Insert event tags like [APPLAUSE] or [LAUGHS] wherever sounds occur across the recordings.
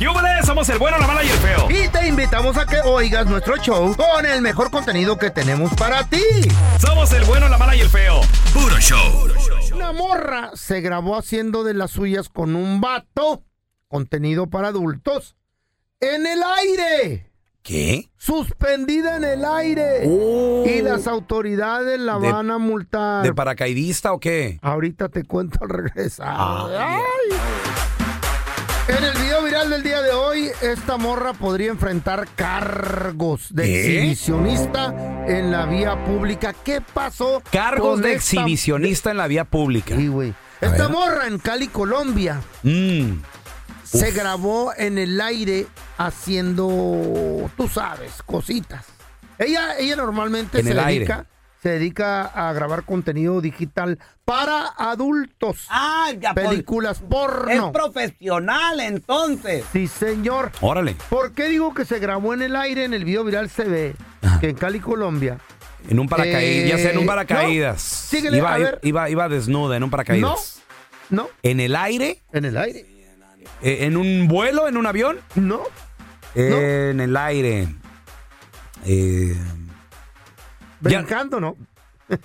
¡Yúbales! Somos el bueno, la mala y el feo. Y te invitamos a que oigas nuestro show con el mejor contenido que tenemos para ti. Somos el bueno, la mala y el feo. Puro show. Una morra se grabó haciendo de las suyas con un vato, contenido para adultos, en el aire. ¿Qué? Suspendida en el aire. Y las autoridades la Oh. De- van a multar. ¿De paracaidista o qué? Ahorita te cuento al regresar. Ah. Ay. En el video viral del día de hoy, esta morra podría enfrentar cargos de ¿Qué? exhibicionista en la vía pública. ¿Qué pasó? Cargos con de esta- exhibicionista en la vía pública. Sí, güey. Esta ver. morra en Cali, Colombia, Mm, se grabó en el aire haciendo, tú sabes, cositas. Ella, ella normalmente En se el aire. dedica, se dedica a grabar contenido digital para adultos. Ah, ya pues, películas es porno. profesional entonces. Sí, señor. Órale, ¿Por qué digo que se grabó en el aire? En el video viral se ve que en Cali, Colombia. en un paracaídas, ya sea en Eh, un no. paracaídas. Síguele, iba, a ver. iba, iba desnuda en un paracaídas. No, ¿En el aire? en el aire. Eh, ¿En un vuelo? ¿En un avión? Eh, No. No. En el aire. Eh, Ya. Brincando, ¿no? [LAUGHS] Eh.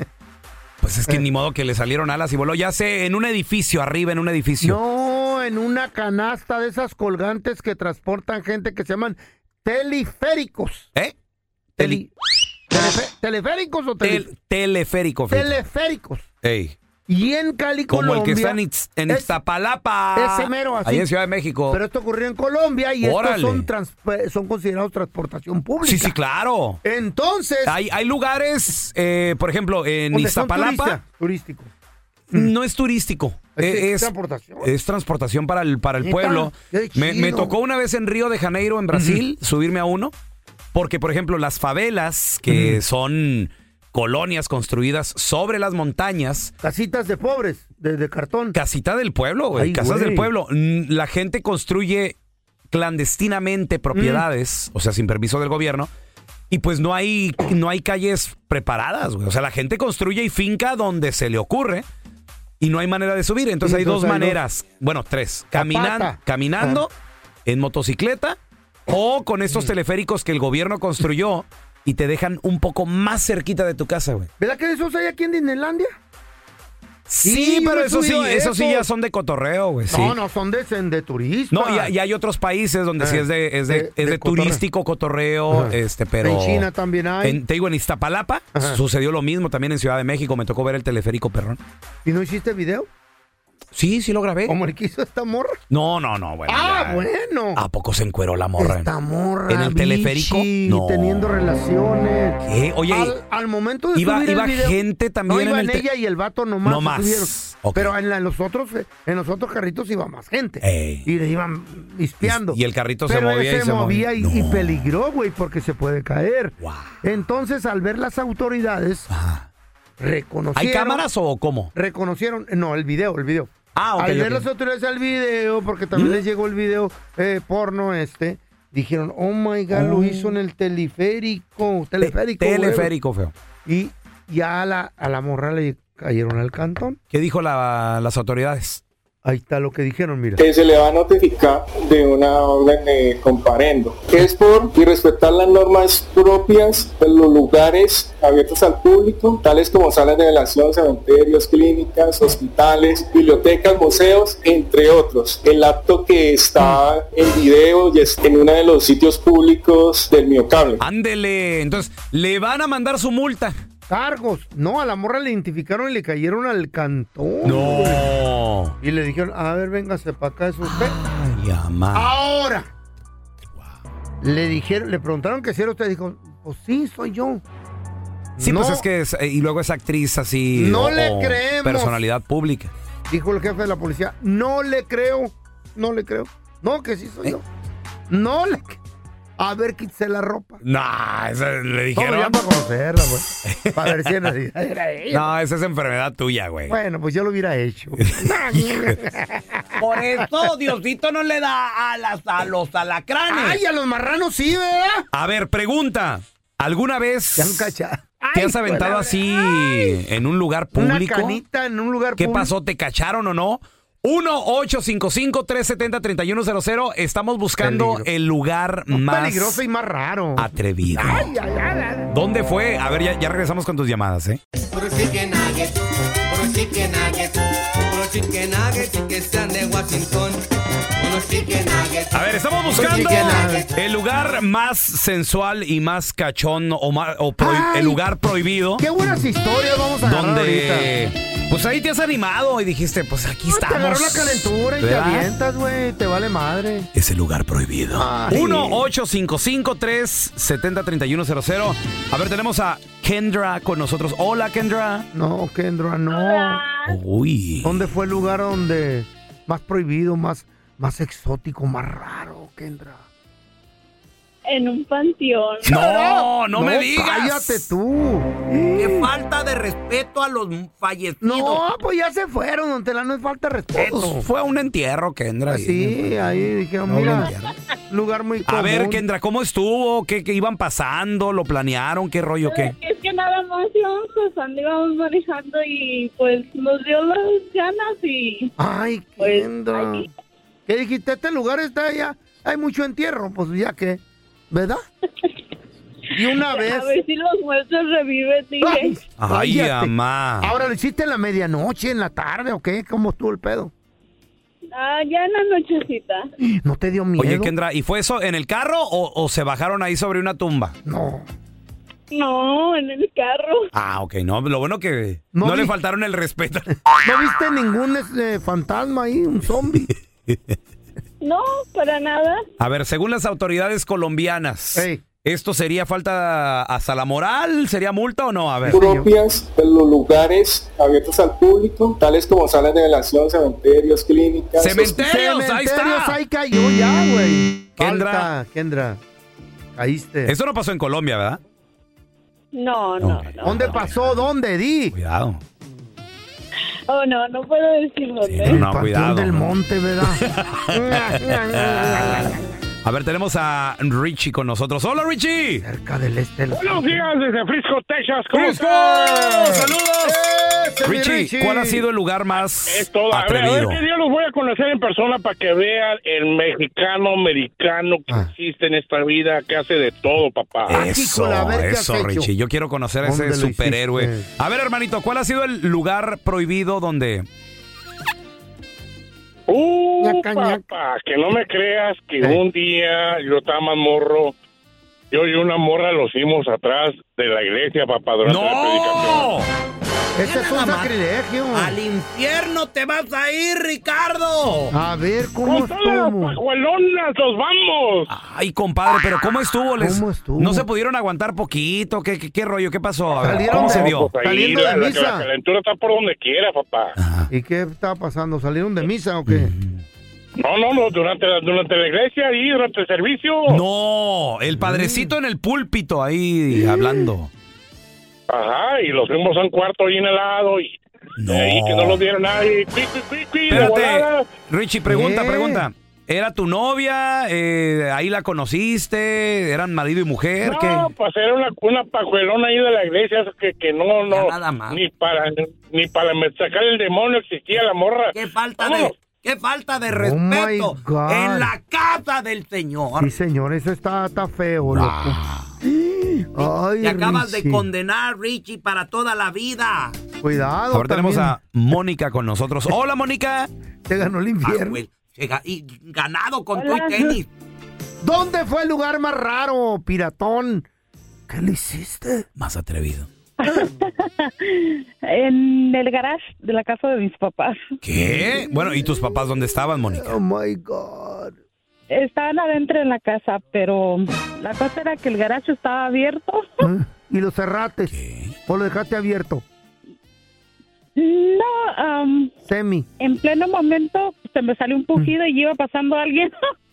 pues es que ni modo que le salieron alas y voló. Ya sé, en un edificio, arriba en un edificio. No, Oh, en una canasta de esas colgantes que transportan gente que se llaman teleféricos. ¿Eh? Teli- telefe- ¿Teleféricos o teli- Tel- teleférico. fíjate. teleféricos? Ey, Y en Cali, Como Colombia. el que está en, Itz- en es- Iztapalapa. ese mero, así. Ahí en Ciudad de México. Pero esto ocurrió en Colombia y Órale. estos son, trans- son considerados transportación pública. sí, sí, claro. Entonces, Hay, hay lugares, eh, por ejemplo, en donde son Iztapalapa, Mm. turista- turístico. Mm. no es turístico. Es que Eh, es transportación. es transportación para el, para el Neta, pueblo. qué Me, me chido. tocó una vez en Río de Janeiro, en Brasil, subirme a uno, porque, por ejemplo, las favelas, que son colonias construidas sobre las montañas, Casitas de pobres, de, de cartón. casita del pueblo, güey, Ay, casas güey. del pueblo. Mm, La gente construye clandestinamente propiedades, Mm. o sea, sin permiso del gobierno. Y pues no hay, no hay calles preparadas, güey. O sea, la gente construye y finca donde se le ocurre y no hay manera de subir. Entonces Sí, hay dos entonces hay dos. maneras. Bueno, tres. Caminan- pata. caminando, en motocicleta o con Mm. estos teleféricos que el gobierno construyó y te dejan un poco más cerquita de tu casa, güey. ¿Verdad que esos hay aquí en Disneylandia? Sí, Sí, pero yo he eso sí, subido eso sí eso. ya son de cotorreo, güey. sí. No, no, son de, sen- de turistas. No, y, y hay otros países donde Eh, sí es de, es de, Ah. de- es de de cotorreo. turístico cotorreo, Ajá. este, pero. En China también hay. en- te digo, en Iztapalapa Ajá. sucedió lo mismo también en Ciudad de México. Me tocó ver el teleférico perrón. ¿Y no hiciste video? Sí, sí lo grabé. ¿Como el que hizo esta morra? No, no, no, bueno. ah, ya. bueno. ¿A poco se encueró la morra? Esta morra. ¿En el teleférico? bichi, No. Teniendo relaciones. ¿Qué? Eh, Oye, al, al momento de iba- subir iba el video, gente también no, en iban el te- ella y el vato nomás. No se más. subieron. Ok. Pero en, la- en los otros eh, en los otros carritos iba más gente. Ey. Y le iban espiando. Y- y el carrito se Pero él movía y se movía. movía y, y No. peligró, güey, porque se puede caer. Guau. Entonces, al ver las autoridades, Ajá. reconocieron. ¿hay cámaras o cómo? Reconocieron, eh, no, el video, el video. Ah, ok, Al ver ok. ¿Mm? las autoridades el video, porque también les llegó el video eh, porno este, dijeron, oh my God, lo hizo en el teleférico, teleférico. güey". teleférico, feo. Y ya a la, a la morra le cayeron al cantón. ¿Qué dijo la- las autoridades? Ahí está lo que dijeron, mira. que se le va a notificar de una orden de comparendo. Es por irrespetar las normas propias de los lugares abiertos al público, tales como salas de velación, cementerios, clínicas, hospitales, bibliotecas, museos, entre otros. El acto que está en video y es en uno de los sitios públicos del miocable. Ándele. Entonces, le van a mandar su multa. Cargos. No, a la morra le identificaron y le cayeron al cantón. güey. No. Y le dijeron, a ver, véngase para acá, es usted. Ay, amá. Ahora. Le dijeron, le preguntaron que si era usted, dijo, pues sí, soy yo. Sí, pues No. es que es, eh, y luego es actriz así. No le creemos. Personalidad pública. Dijo el jefe de la policía, no le creo, no le creo. No, que sí ¿Eh? soy yo. No le cre- A ver, quítese la ropa. Nah, esa- le No, ya dijeron. para conocerla, [LAUGHS] pues. Para ver si en realidad era ella. No, esa es enfermedad tuya, güey. Bueno, pues yo lo hubiera hecho. Por eso Diosito no le da alas a los alacranes. ¡Ay, a los marranos sí, ¿verdad? A ver, pregunta. ¿Alguna vez Ya han cachado. te Ay, has aventado güey, así en un lugar Una público? canita en un lugar ¿Qué público. pasó? ¿Te cacharon o no? 1-855-370-3100. Estamos buscando Peligro. el lugar Más más Peligroso y más raro. atrevido. Ay, ay, ay, ay. ¿Dónde fue? A ver, ya, ya regresamos con tus llamadas, ¿eh? A ver, estamos buscando el lugar más sensual y más cachón o, ma- o pro- Ay. el lugar prohibido Qué buenas historias vamos a agarrar ahorita. donde pues ahí te has animado y dijiste, pues aquí Te agarró estamos. la calentura y te ¿Verdad? avientas, güey. Te vale madre. Es el lugar prohibido. Ay. 1-855-370-3100. A ver, tenemos a Kendra con nosotros. Hola, Kendra. No, Kendra, no. Uy. ¿Dónde fue el lugar donde más prohibido, más, más exótico, más raro, Kendra? En un panteón. No, no, me digas. Cállate tú. Qué falta de respeto a los fallecidos. No, pues ya se fueron, don Telano, es falta de respeto. Pues fue a un entierro, Kendra. Oh. Pues Sí, ahí dijeron, No lo mira, entierro. lugar muy común. A ver, Kendra, ¿cómo estuvo? ¿Qué, qué iban pasando? ¿Lo planearon? ¿Qué rollo? ¿Qué? Es que nada más íbamos pasando, íbamos manejando y pues nos dio las ganas y Ay, Pues, Kendra. ahí. ¿Qué dijiste? Este lugar está allá, hay mucho entierro, pues ya que, ¿verdad? Y una [LAUGHS] vez... a ver si los muertos reviven, dije. Ay, Cállate. amá. Ahora, ¿lo hiciste en la medianoche, en la tarde o qué? ¿Cómo estuvo el pedo? Ah, ya en la nochecita. ¿No te dio miedo? Oye, Kendra, ¿y fue eso en el carro o, o se bajaron ahí sobre una tumba? No. No, en el carro. Ah, ok, no. Lo bueno que no, No le vi- faltaron el respeto. [LAUGHS] ¿No viste ningún este, fantasma ahí, un zombie? No, para nada. A ver, según las autoridades colombianas, Ey. ¿esto sería falta hasta la moral? ¿Sería multa o no? A ver. propias de los lugares abiertos al público, tales como salas de velación, cementerios, clínicas, ¡Cementerios! ¡Ahí Cementerios, está! ahí cayó ya, güey. Kendra. Falta, Kendra. Caíste. Eso no pasó en Colombia, ¿verdad? No, no, Ok. no. ¿Dónde pasó? ¿Dónde, Di? Cuidado. Oh, no, no puedo ¿eh? decir dónde. Sí, no, Panteón cuidado. del monte, [LAUGHS] [LAUGHS] ¿verdad? A ver, tenemos a Richie con nosotros. ¡Hola, Richie! Cerca del este. Buenos días desde Frisco, Texas. ¿Cómo ¡Frisco! están? ¡Saludos! ¡Ese, mi Richie, ¿cuál ha sido el lugar más Es todo. A ver, a ver atrevido? qué día los voy a conocer en persona para que vean el mexicano americano que Ah. existe en esta vida, que hace de todo, papá. Aquí con la Eso, ver qué has eso, hecho. Richie. Yo quiero conocer a ese ¿Dónde lo superhéroe. hiciste? A ver, hermanito, ¿cuál ha sido el lugar prohibido donde Uh, Ñaca, ñaca. papá, que no me creas que Eh. un día yo estaba más morro. Yo y una morra los hicimos atrás de la iglesia, papá, durante la predicación. ¡No! Este es un sacrilegio. Al infierno te vas a ir, Ricardo. A ver, ¿cómo ¡Con todas las estuvo? pajuelonas nos vamos! Ay, compadre, pero ¿cómo estuvo? Les- ¿Cómo estuvo? ¿No se pudieron aguantar poquito? ¿Qué, qué- qué rollo? ¿Qué pasó? A ver, Salieron ¿Cómo de- se dio? Pues ahí Saliendo la, de la- misa. la calentura está por donde quiera, papá. Ah. ¿Y qué estaba pasando? ¿Salieron de misa o qué? No, no, no, durante la, durante la iglesia y durante el servicio. No, el Mm. padrecito en el púlpito ahí hablando. Ajá, y los fuimos a un cuarto ahí en el lado y No. ahí que no los vieron nadie. Cui, cui, cui, cui, de volada. Espérate, Richie, pregunta, ¿Eh? pregunta. ¿Era tu novia? Eh, ¿Ahí la conociste? ¿Eran marido y mujer? ¿Qué? No, pues era una, una pajuelona ahí de la iglesia eso que, que no, Ya no, nada más. ni para ni para me- sacar el demonio existía la morra. Qué falta Vámonos. de ¡Qué falta de respeto! Oh my God. en la casa del Señor. Sí, señor, eso está, está feo, loco. Ay, Te Ah. acabas de Richie. condenar, Richie, para toda la vida. Cuidado. Ahora tenemos también. a Mónica con [LAUGHS] nosotros. Hola, Mónica. Se ganó el Ah, infierno. güey, se ga- y ganado con tu Hola. tenis. ¿Dónde fue el lugar más raro, piratón? ¿Qué le hiciste? Más atrevido. En el garage de la casa de mis papás. ¿Qué? Bueno, ¿y tus papás dónde estaban, Mónica? Oh my God. Estaban adentro en la casa, pero la cosa era que el garage estaba abierto. ¿Y los cerrates? ¿O lo dejaste abierto? [LAUGHS] No, am, Semi. en pleno momento se me salió un pujido y iba pasando alguien.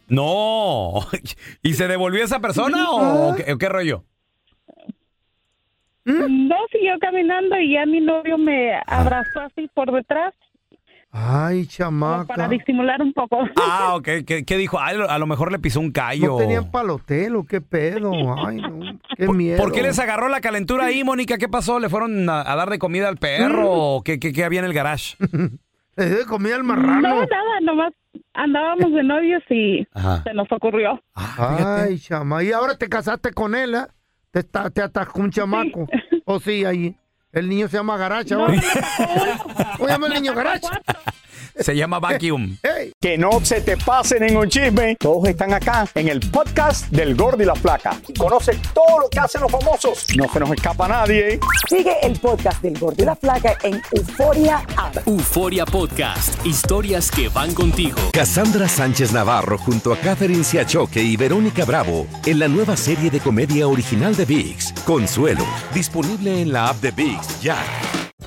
No. [LAUGHS] ¿Y se devolvió esa persona o, o qué, o qué [LAUGHS] rollo? [LAUGHS] No, siguió caminando y ya mi novio me abrazó así por detrás Ay, para chamaca. disimular un poco. Ah, ok. ¿Qué, qué dijo? Ay, lo- a lo mejor le pisó un callo. ¿No tenían palotelo? ¿Qué pedo? Ay, no. Qué miedo. ¿Por qué les agarró la calentura ahí, Mónica? ¿Qué pasó? ¿Le fueron a, a dar de comida al perro o qué, qué- qué había en el garage? Mm. [LAUGHS] ¿Le dio de comida al No, nada, nomás andábamos de novios y Ajá. se nos ocurrió. Ah, Ay, chama. Y ahora te casaste con él, ¿ah? Te, ata- te atascó un chamaco. [LAUGHS] O sí, ahí. El niño se llama Garacha, ¿va? [LAUGHS] ¿Cómo llama el niño Garacha? Se llama [LAUGHS] Vacuum. Que no se te pase ningún chisme. Todos están acá en el podcast del Gordi y la Flaca. Y conoce todo lo que hacen los famosos. No se nos escapa nadie. Sigue el podcast del Gordi y la Flaca en Euforia Euforia Podcast. Historias que van contigo. Cassandra Sánchez Navarro junto a Catherine Siachoque y Verónica Bravo en la nueva serie de comedia original de VIX, Consuelo, disponible en la app de VIX ya.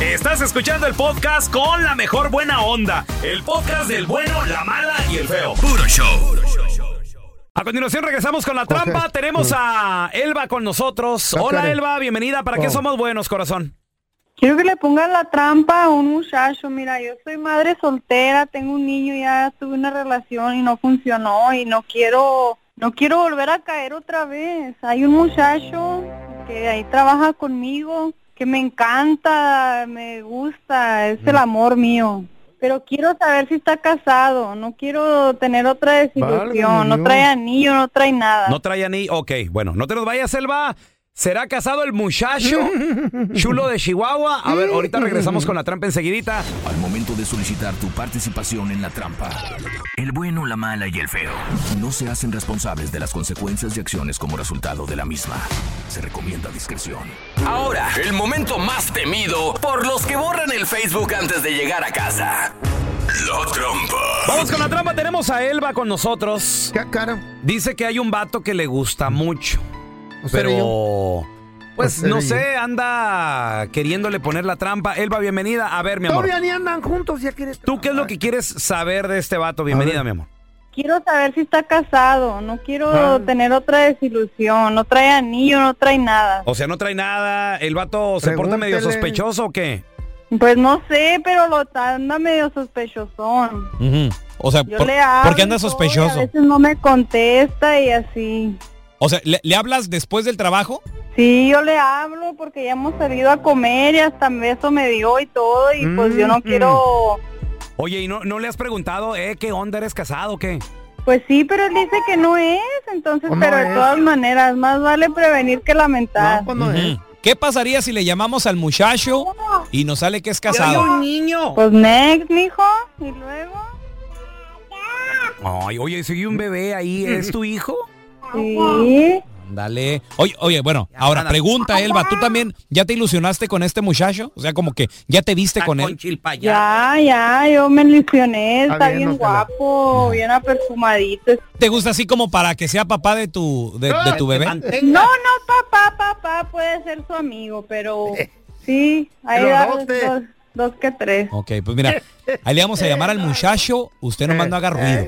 Estás escuchando el podcast con la mejor buena onda. El podcast del bueno, la mala y el feo. Puro show. A continuación regresamos con la trampa. Tenemos Mm. a Elba con nosotros. Ah, Hola Karen. Elba, bienvenida. ¿Para qué Oh. somos buenos, corazón? Quiero que le pongan la trampa a un muchacho. Mira, yo soy madre soltera, tengo un niño, ya tuve una relación y no funcionó y no quiero, no quiero volver a caer otra vez. Hay un muchacho que ahí trabaja conmigo, que me encanta, me gusta, es Mm. el amor mío. Pero quiero saber si está casado, no quiero tener otra desilusión, Válgame no trae Dios. anillo, no trae nada. No traía ni... Ok, bueno, no te nos vayas, Elba. ¿Será casado [LAUGHS] el muchacho chulo de Chihuahua? A ver, ahorita regresamos con la trampa enseguidita. Al momento de solicitar tu participación en la trampa, el bueno, la mala y el feo no se hacen responsables de las consecuencias y acciones como resultado de la misma. Se recomienda discreción. Ahora, el momento más temido por los que borran el Facebook antes de llegar a casa. La trampa. Vamos con la trampa, tenemos a Elba con nosotros. Dice que hay un vato que le gusta mucho. seré Pero. Pues No no seré sé, anda queriéndole poner la trampa. Elba, bienvenida. A ver, mi amor. Todavía ni andan juntos, ya quieres. ¿Tú qué es lo que quieres saber de este vato? Bienvenida, mi amor. Quiero saber si está casado, no quiero Ah. tener otra desilusión, no trae anillo, no trae nada. O sea, no trae nada. ¿El vato se porta medio Pregúntele. sospechoso o qué? Pues no sé, pero lo anda medio sospechosón. O sea, Yo por, le hablo ¿por qué y anda todo, y sospechoso? a veces no me contesta y así. O sea, ¿le, le hablas después del trabajo? Sí, yo le hablo porque ya hemos salido a comer y hasta beso me dio y todo y pues yo no Mm. quiero... Oye, ¿y no, no le has preguntado, eh, qué onda, eres casado o qué? Pues sí, pero él dice que no es, entonces, ¿Cómo pero es? de todas maneras, pues más vale prevenir que lamentar. Ujú. ¿Qué pasaría si le llamamos al muchacho niño. Y nos sale que es casado. niño. Pues next, mijo. [LAUGHS] Y luego. Ay, oye, seguí un bebé ahí, ¿es tu hijo? Sí. Dale. Oye, oye, bueno, ahora pregunta, Elba, ¿tú también ya te ilusionaste con este muchacho? O sea, como que ya te viste con él. Ya, ya, yo me ilusioné. Está Está, bien, bien, no te la- guapo, bien aperfumadito. ¿Te gusta así como para que sea papá de tu, de, de tu bebé? No, no, papá, papá puede ser su amigo, pero sí, hay Pero da- no dos, te- dos que tres. Ok, pues mira, ahí le vamos a llamar al muchacho, usted nomás no haga ruido.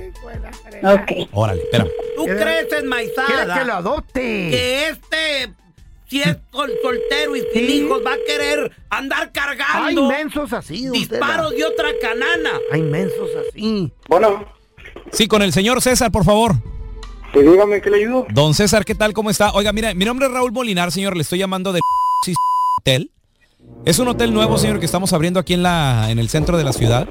Ok. Órale, espérame. ¿Tú crees, enmaizada? Eh, que lo adopte? Que este, si es sol- soltero y sin hijos, va a querer andar Hay cargando mensos así, don Tela. disparos de otra canana. Hay mensos así. Bueno. Sí, con el señor César, por favor. dígame que le ayudo. Don César, ¿qué tal? ¿Cómo está? Oiga, mira, mi nombre es Raúl Molinar, señor. Le estoy llamando de Hotel. Es un hotel nuevo, señor, que estamos abriendo aquí en la en el centro de la ciudad.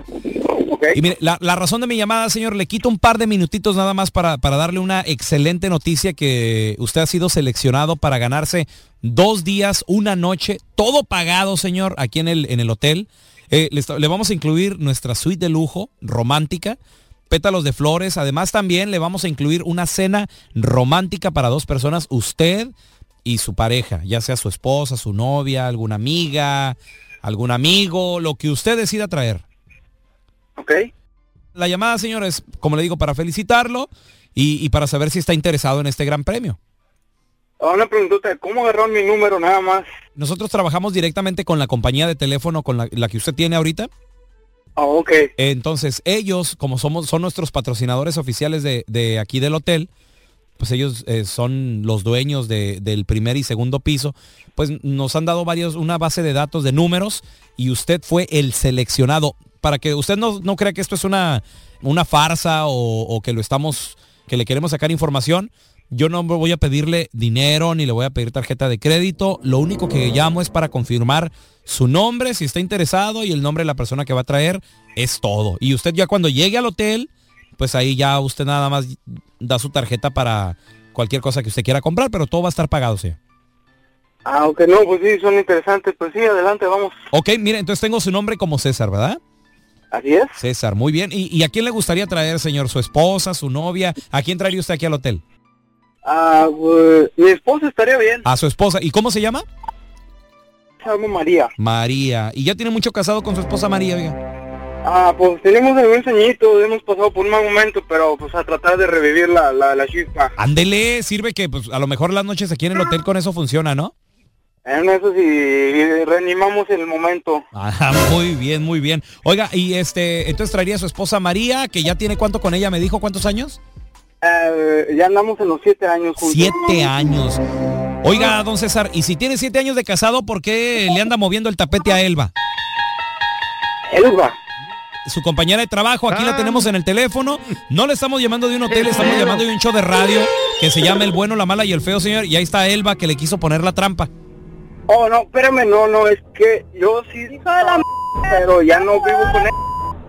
Y mire, la, la razón de mi llamada, señor, le quito un par de minutitos nada más para, para darle una excelente noticia que usted ha sido seleccionado para ganarse dos días, una noche, todo pagado, señor, aquí en el, en el hotel. Eh, le, esta- le vamos a incluir nuestra suite de lujo romántica, pétalos de flores. Además, también le vamos a incluir una cena romántica para dos personas, usted y su pareja, ya sea su esposa, su novia, alguna amiga, algún amigo, lo que usted decida traer. La llamada, señores, como le digo, para felicitarlo y, y para saber si está interesado en este gran premio. Ahora una preguntota, ¿cómo agarró mi número nada más? Nosotros trabajamos directamente con la compañía de teléfono, con la, la que usted tiene ahorita. Entonces, ellos, como somos, son nuestros patrocinadores oficiales de, de aquí del hotel, pues ellos eh, son los dueños de- del primer y segundo piso, pues nos han dado varios, una base de datos de números y usted fue el seleccionado. Para que usted no, no crea que esto es una, una farsa o, o que lo estamos, que le queremos sacar información, yo no voy a pedirle dinero ni le voy a pedir tarjeta de crédito. Lo único que llamo es para confirmar su nombre, si está interesado y el nombre de la persona que va a traer, es todo. Y usted ya cuando llegue al hotel, pues ahí ya usted nada más da su tarjeta para cualquier cosa que usted quiera comprar, pero todo va a estar pagado, sí. Ah, ok, no, pues sí, son interesantes. Pues sí, adelante, vamos. Ok, mire, entonces tengo su nombre como César, ¿verdad? Así es. César, muy bien. ¿Y, y a quién le gustaría traer, señor? ¿Su esposa, su novia? ¿A quién traería usted aquí al hotel? Ah, pues, mi esposa estaría bien. A su esposa. ¿Y cómo se llama? Se llama María. María. ¿Y ya tiene mucho casado con su esposa María, oiga? Ah, pues tenemos algún añitos, hemos pasado por un mal momento, pero pues a tratar de revivir la, la, la chispa. Ándele, sirve que pues a lo mejor las noches aquí en el hotel con eso funciona, ¿no? En Eh, eso sí, reanimamos el momento. Ajá, Ah, [LAUGHS] muy bien, muy bien. Oiga, y este, entonces traería a su esposa María, que ya tiene cuánto con ella, me dijo, ¿cuántos años? Eh, ya andamos en los siete años juntos. Siete años. Oiga, don César, y si tiene siete años de casado, ¿por qué le anda moviendo el tapete a Elba? Elba. Su compañera de trabajo, aquí la tenemos en el teléfono. No le estamos llamando de un hotel, le estamos llamando de un show de radio que se llama El Bueno, la Mala y el Feo, señor. Y ahí está Elba que le quiso poner la trampa. Oh, no, espérame, no, no, es que yo sí... Pero ya no vivo con ella.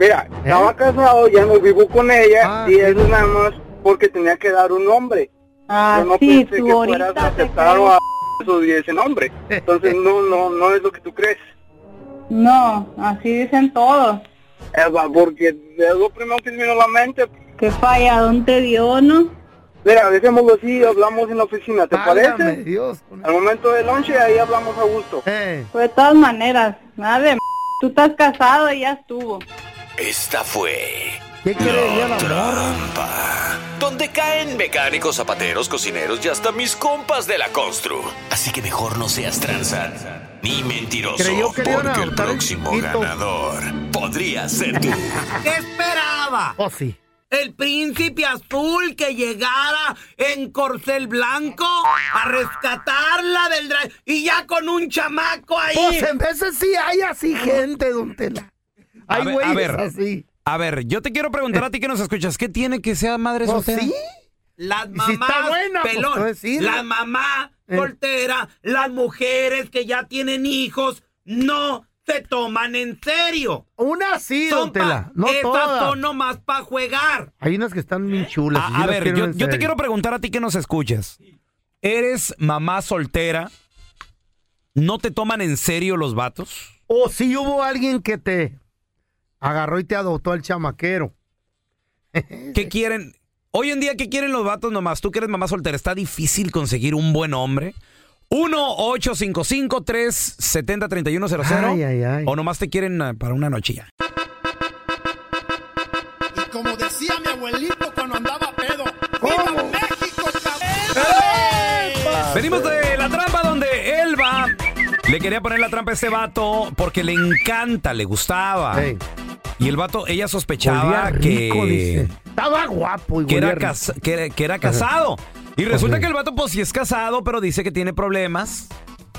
Mira, estaba casado, ya no vivo con ella, y eso nada más porque tenía que dar un nombre. Ah, yo no sí, pensé tú que fueras ahorita a te aceptar o a eso y ese nombre. Entonces, no, no, no es lo que tú crees. No, así dicen todos. Eva, porque es lo primero que se me vino a la mente. Qué falla, ¿dónde dio, no? Mira, dejémoslo así, hablamos en la oficina, ¿te parece? Al momento del lonche, ahí hablamos a gusto. Pues de todas maneras, nada de m- Tú estás casado y ya estuvo. Esta fue. ¿Qué creía la trampa? Donde caen mecánicos, zapateros, cocineros y hasta mis compas de la constru. Así que mejor no seas tranza ni mentiroso, Creyó que le iban a porque el adoptar un próximo chiquito. ganador podría ser tú. ¿Qué esperaba? Oh, sí. El príncipe azul que llegara en corcel blanco a rescatarla del dra- y ya con un chamaco ahí. Pues en veces sí hay así gente, don Tela. A Hay ver, güeyes a ver. así. A ver, yo te quiero preguntar a ti que nos escuchas, ¿qué tiene que sea madre Pues soltera? sí. Las Y si está mamás, buena, pues, pelón, tú decides. la mamá Eh. soltera, las mujeres que ya tienen hijos, no se toman en serio. Una sí, don Son Tela. pa- No esas todas. son nomás para jugar. Hay unas que están bien chulas. y A, a las ver, quiero yo, en yo te serio. quiero preguntar a ti que nos escuchas. ¿Eres mamá soltera? ¿No te toman en serio los vatos? O si hubo alguien que te agarró y te adoptó al chamaquero. Eh. ¿Qué quieren? Hoy en día, ¿qué quieren los vatos nomás? Tú que eres mamá soltera, ¿está difícil conseguir un buen hombre? 1-855-370-3100. Ay, ay, ay. O nomás te quieren eh, para una nochilla. Y como decía mi abuelito cuando andaba pedo, ¡Viva México, cabrón! Venimos de la trampa donde Elba le quería poner la trampa a este vato porque le encanta, le gustaba. Y el vato, ella sospechaba Olía rico, que... dice. Estaba guapo. y que era, olía rico. cas- que, era- que era casado. Y resulta Ajá. que el vato, pues sí es casado, pero dice que tiene problemas.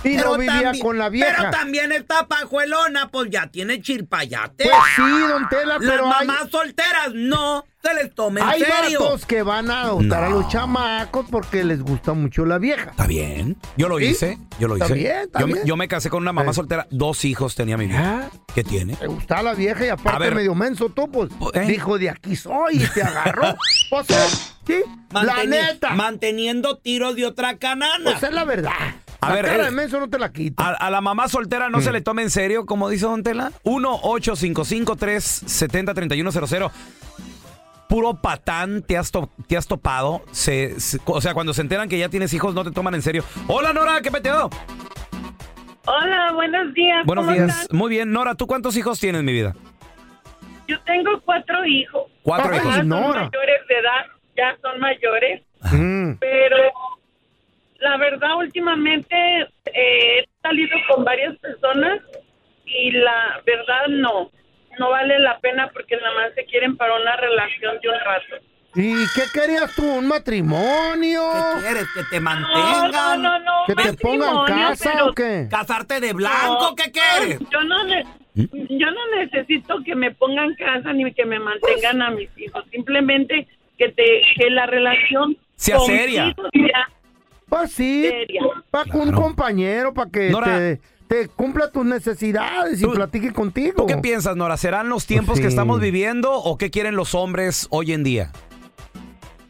Y no vivía con la vieja. Pero también está pajuelona, pues ya tiene chirpayate. Pues sí, don Tela, Las pero hay- mamás solteras no se les tome en Hay serio. vatos que van a adoptar a los chamacos porque les gusta mucho la vieja. Está bien. Yo lo ¿Sí? hice. Yo lo hice. Está bien, está yo, me- bien. Ah. yo me casé con una mamá soltera. Dos hijos tenía mi vida. ¿Qué tiene? Te gustaba la vieja y A aparte ver. medio menso tú, pues, ¿eh? dijo de aquí soy y te agarró. o sea, sí, la Manteni- neta. Manteniendo tiros de otra canana. Pues es la verdad. A la ver, cara eh, de menso no te la quita. Mm. A, a la mamá soltera no se le tome en serio, como dice Don Tela. 1-855-370-3100. Puro patán te has, to- te has topado. Se- se- o sea, cuando se enteran que ya tienes hijos, no te toman en serio. Hola, Nora, ¿qué peteo? Hola, buenos días. Buenos ¿cómo días. están? Muy bien. Nora, ¿tú cuántos hijos tienes, mi vida? Yo tengo cuatro hijos. Cuatro Ya hijos. son Nora. mayores de edad, ya son mayores, Mm. pero la verdad últimamente eh, he salido con varias personas y la verdad no, no vale la pena porque nada más se quieren para una relación de un rato. ¿Y qué querías tú? ¿Un matrimonio? ¿Qué quieres? ¿Que te No, no, no, no, ¿Que te pongan matrimonio, casa pero- o qué? ¿Casarte de blanco? No, ¿Qué quieres? Yo no, ne- yo no necesito que me pongan casa ni que me mantengan a mis hijos. Simplemente que te que la relación Sea conmigo seria. sea- Pues sí, Seria. para un compañero, para que Nora. te, te cumpla tus necesidades y platique contigo. ¿Tú qué piensas, Nora? ¿Serán los tiempos que Oh. Pues Sí. estamos viviendo o qué quieren los hombres hoy en día?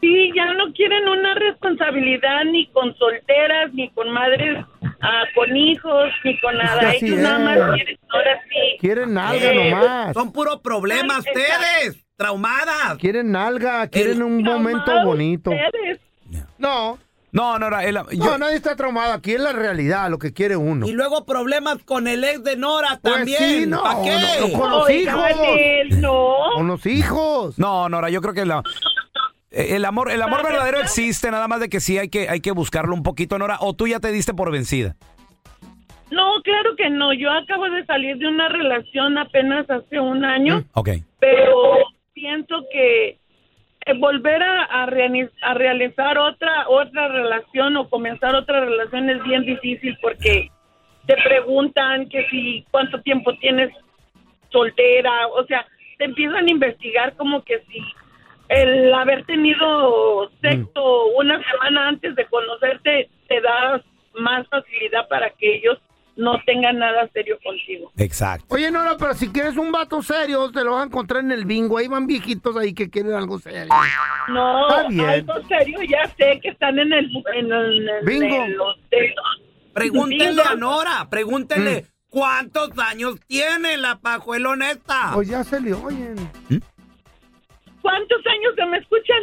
Sí, ya no quieren una responsabilidad ni con solteras, ni con madres, ah, con hijos, ni con Pues que nada. así Ellos nada es. más quieren, ahora sí. Quieren nalga Eh, nomás. Son puros problemas ustedes, traumadas. Quieren nalga, quieren un momento bonito. No. No, no, No, nadie está traumado. Aquí es la realidad, lo que quiere uno. Y luego problemas con el ex de Nora Pues también. sí, no, ¿Para qué? no, no, con los Oigan, hijos. él no. Con los hijos. No, Nora, yo creo que la- eh, el amor, el amor verdadero existe, nada más de que sí hay que, hay que buscarlo un poquito, Nora. O tú ya te diste por vencida. No, claro que no. Yo acabo de salir de una relación apenas hace un año. Ok. pero siento que eh, volver a, a reani- a realizar otra otra relación o comenzar otra relación es bien difícil porque te preguntan que si cuánto tiempo tienes soltera, o sea, te empiezan a investigar como que si el haber tenido sexo una semana antes de conocerte te da más facilidad para que ellos no tengan nada serio contigo. Exacto. Oye, Nora, pero si quieres un vato serio, te lo vas a encontrar en el bingo. Ahí van viejitos ahí que quieren algo serio. No, Está bien. algo serio, ya sé que están en el... En el- en Bingo. el- los de- Pregúntenle Bingo. a Nora, pregúntenle Mm. cuántos años tiene la pajuelona esta. Pues ya se le oyen. ¿Mm? ¿Cuántos años se me escuchan?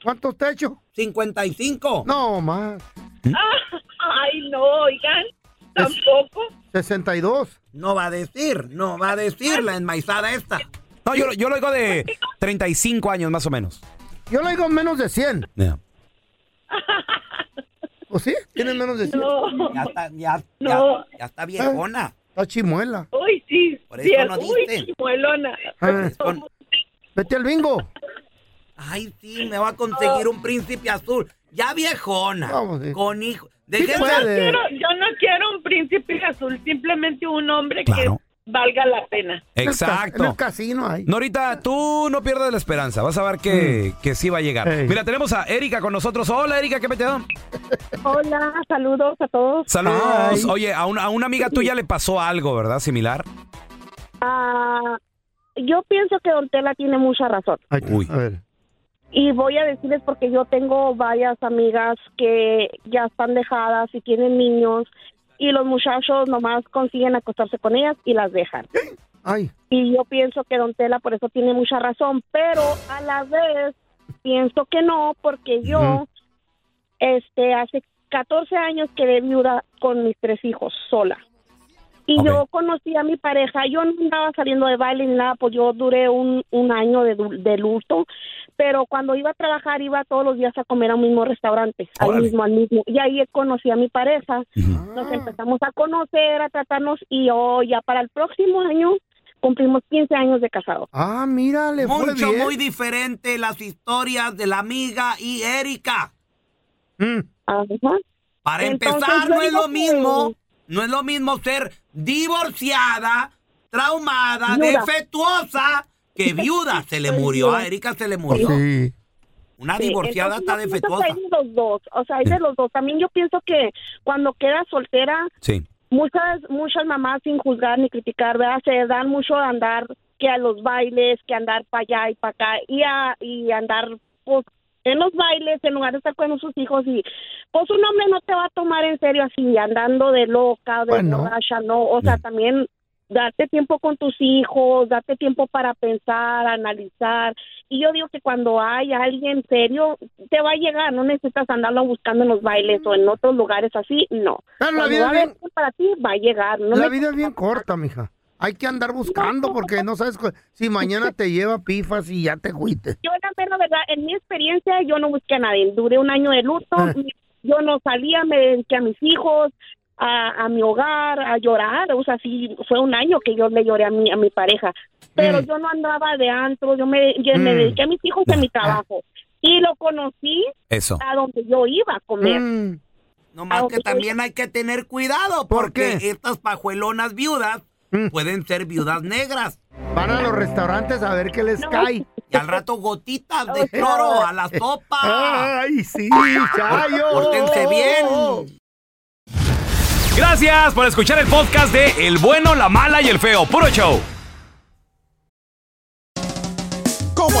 ¿Cuántos techos? 55. No, más. ¿Mm? Ah, ay, no, oigan, tampoco. 62. No va a decir, no va a decir la enmaizada esta. No, yo, yo lo digo de 35 años más o menos. Yo le digo menos de 100. Ya. ¿O sí? ¿Tienen menos de 100? No. Pues Ya está, ya, ya- No. ya está viejona. Está chimuela. Uy, sí, Por eso cierto, no uy, dicen. chimuelona. Ah, Vete al bingo. Ay, sí, me va a conseguir un príncipe azul. Ya viejona. Vamos, sí. Con hijo. Yo Déjense- no, quiero, yo no quiero un príncipe azul, simplemente un hombre Claro. que valga la pena. Exacto. casino hay. Norita, tú no pierdas la esperanza. Vas a ver Mm. que, que sí va a llegar. Mira, tenemos a Erika con nosotros. Hola, Erika, ¿qué peteo? Hola, saludos a todos. Saludos. Oye, a, un- a una amiga tuya le pasó algo, ¿verdad? Similar. Ah, yo pienso que Don Tela tiene mucha razón. Uy. Y voy a decirles porque yo tengo varias amigas que ya están dejadas y tienen niños y los muchachos nomás consiguen acostarse con ellas y las dejan. Y yo pienso que Don Tela por eso tiene mucha razón, pero a la vez pienso que no, porque yo Mm. Ujú. este hace 14 años quedé viuda con mis tres hijos sola. Y yo conocí a mi pareja, yo no andaba saliendo de baile ni nada, pues yo duré un, un año de, du- de luto, pero cuando iba a trabajar iba todos los días a comer al mismo restaurante, al Órale. mismo, al mismo. Y ahí conocí a mi pareja, nos empezamos a conocer, a tratarnos y yo ya para el próximo año cumplimos 15 años de casado. Ah, mira, le Mucho, muy diferente las historias de la amiga y Erika. Ajá. Para Entonces, empezar, yo no es digo lo que- mismo, no es lo mismo ser divorciada, traumada, Viuda. Pues defectuosa, [LAUGHS] que viuda. Se le murió, a Erika se le murió. Una Sí, divorciada entonces está yo pienso defectuosa. que hay de los dos, o sea, hay de los dos. También yo pienso que cuando quedas soltera, Sí. muchas muchas mamás sin juzgar ni criticar, ¿verdad? Se dan mucho a andar que a los bailes, que andar para allá y para acá y a y andar pues en los bailes en lugar de estar con sus hijos y pues un hombre no te va a tomar en serio así andando de loca, de Bueno. borracha, no, o Mm. sea, también darte tiempo con tus hijos, darte tiempo para pensar, analizar. Y yo digo que cuando hay alguien serio, te va a llegar, no necesitas andarlo buscando en los bailes o en otros lugares así, no. Pero la Cuando vida va a es haber para ti va a llegar, no la necesitas vida es bien corta, mija. Hay que andar buscando porque no sabes cu- si mañana te lleva pifas y ya te fuiste. yo la mera verdad, en mi experiencia yo no busqué a nadie, duré un año de luto, yo no salía, me dediqué a mis hijos, a, a mi hogar, a llorar, o sea, sí, fue un año que yo le lloré a mi, a mi pareja, pero Mm. yo no andaba de antro, yo me, yo me Mm. dediqué a mis hijos y a mi trabajo, y lo conocí Eso. a donde yo iba a comer. No Ah, más que también hay que tener cuidado porque qué? estas pajuelonas viudas pueden ser viudas negras. Mm. Van a los restaurantes a ver qué les cae. Y al rato gotitas de cloro a la sopa. ¡Ay, sí, chayo! Pórtense bien. Gracias por escuchar el podcast de El bueno, la mala y el feo. Puro show. ¿Cómo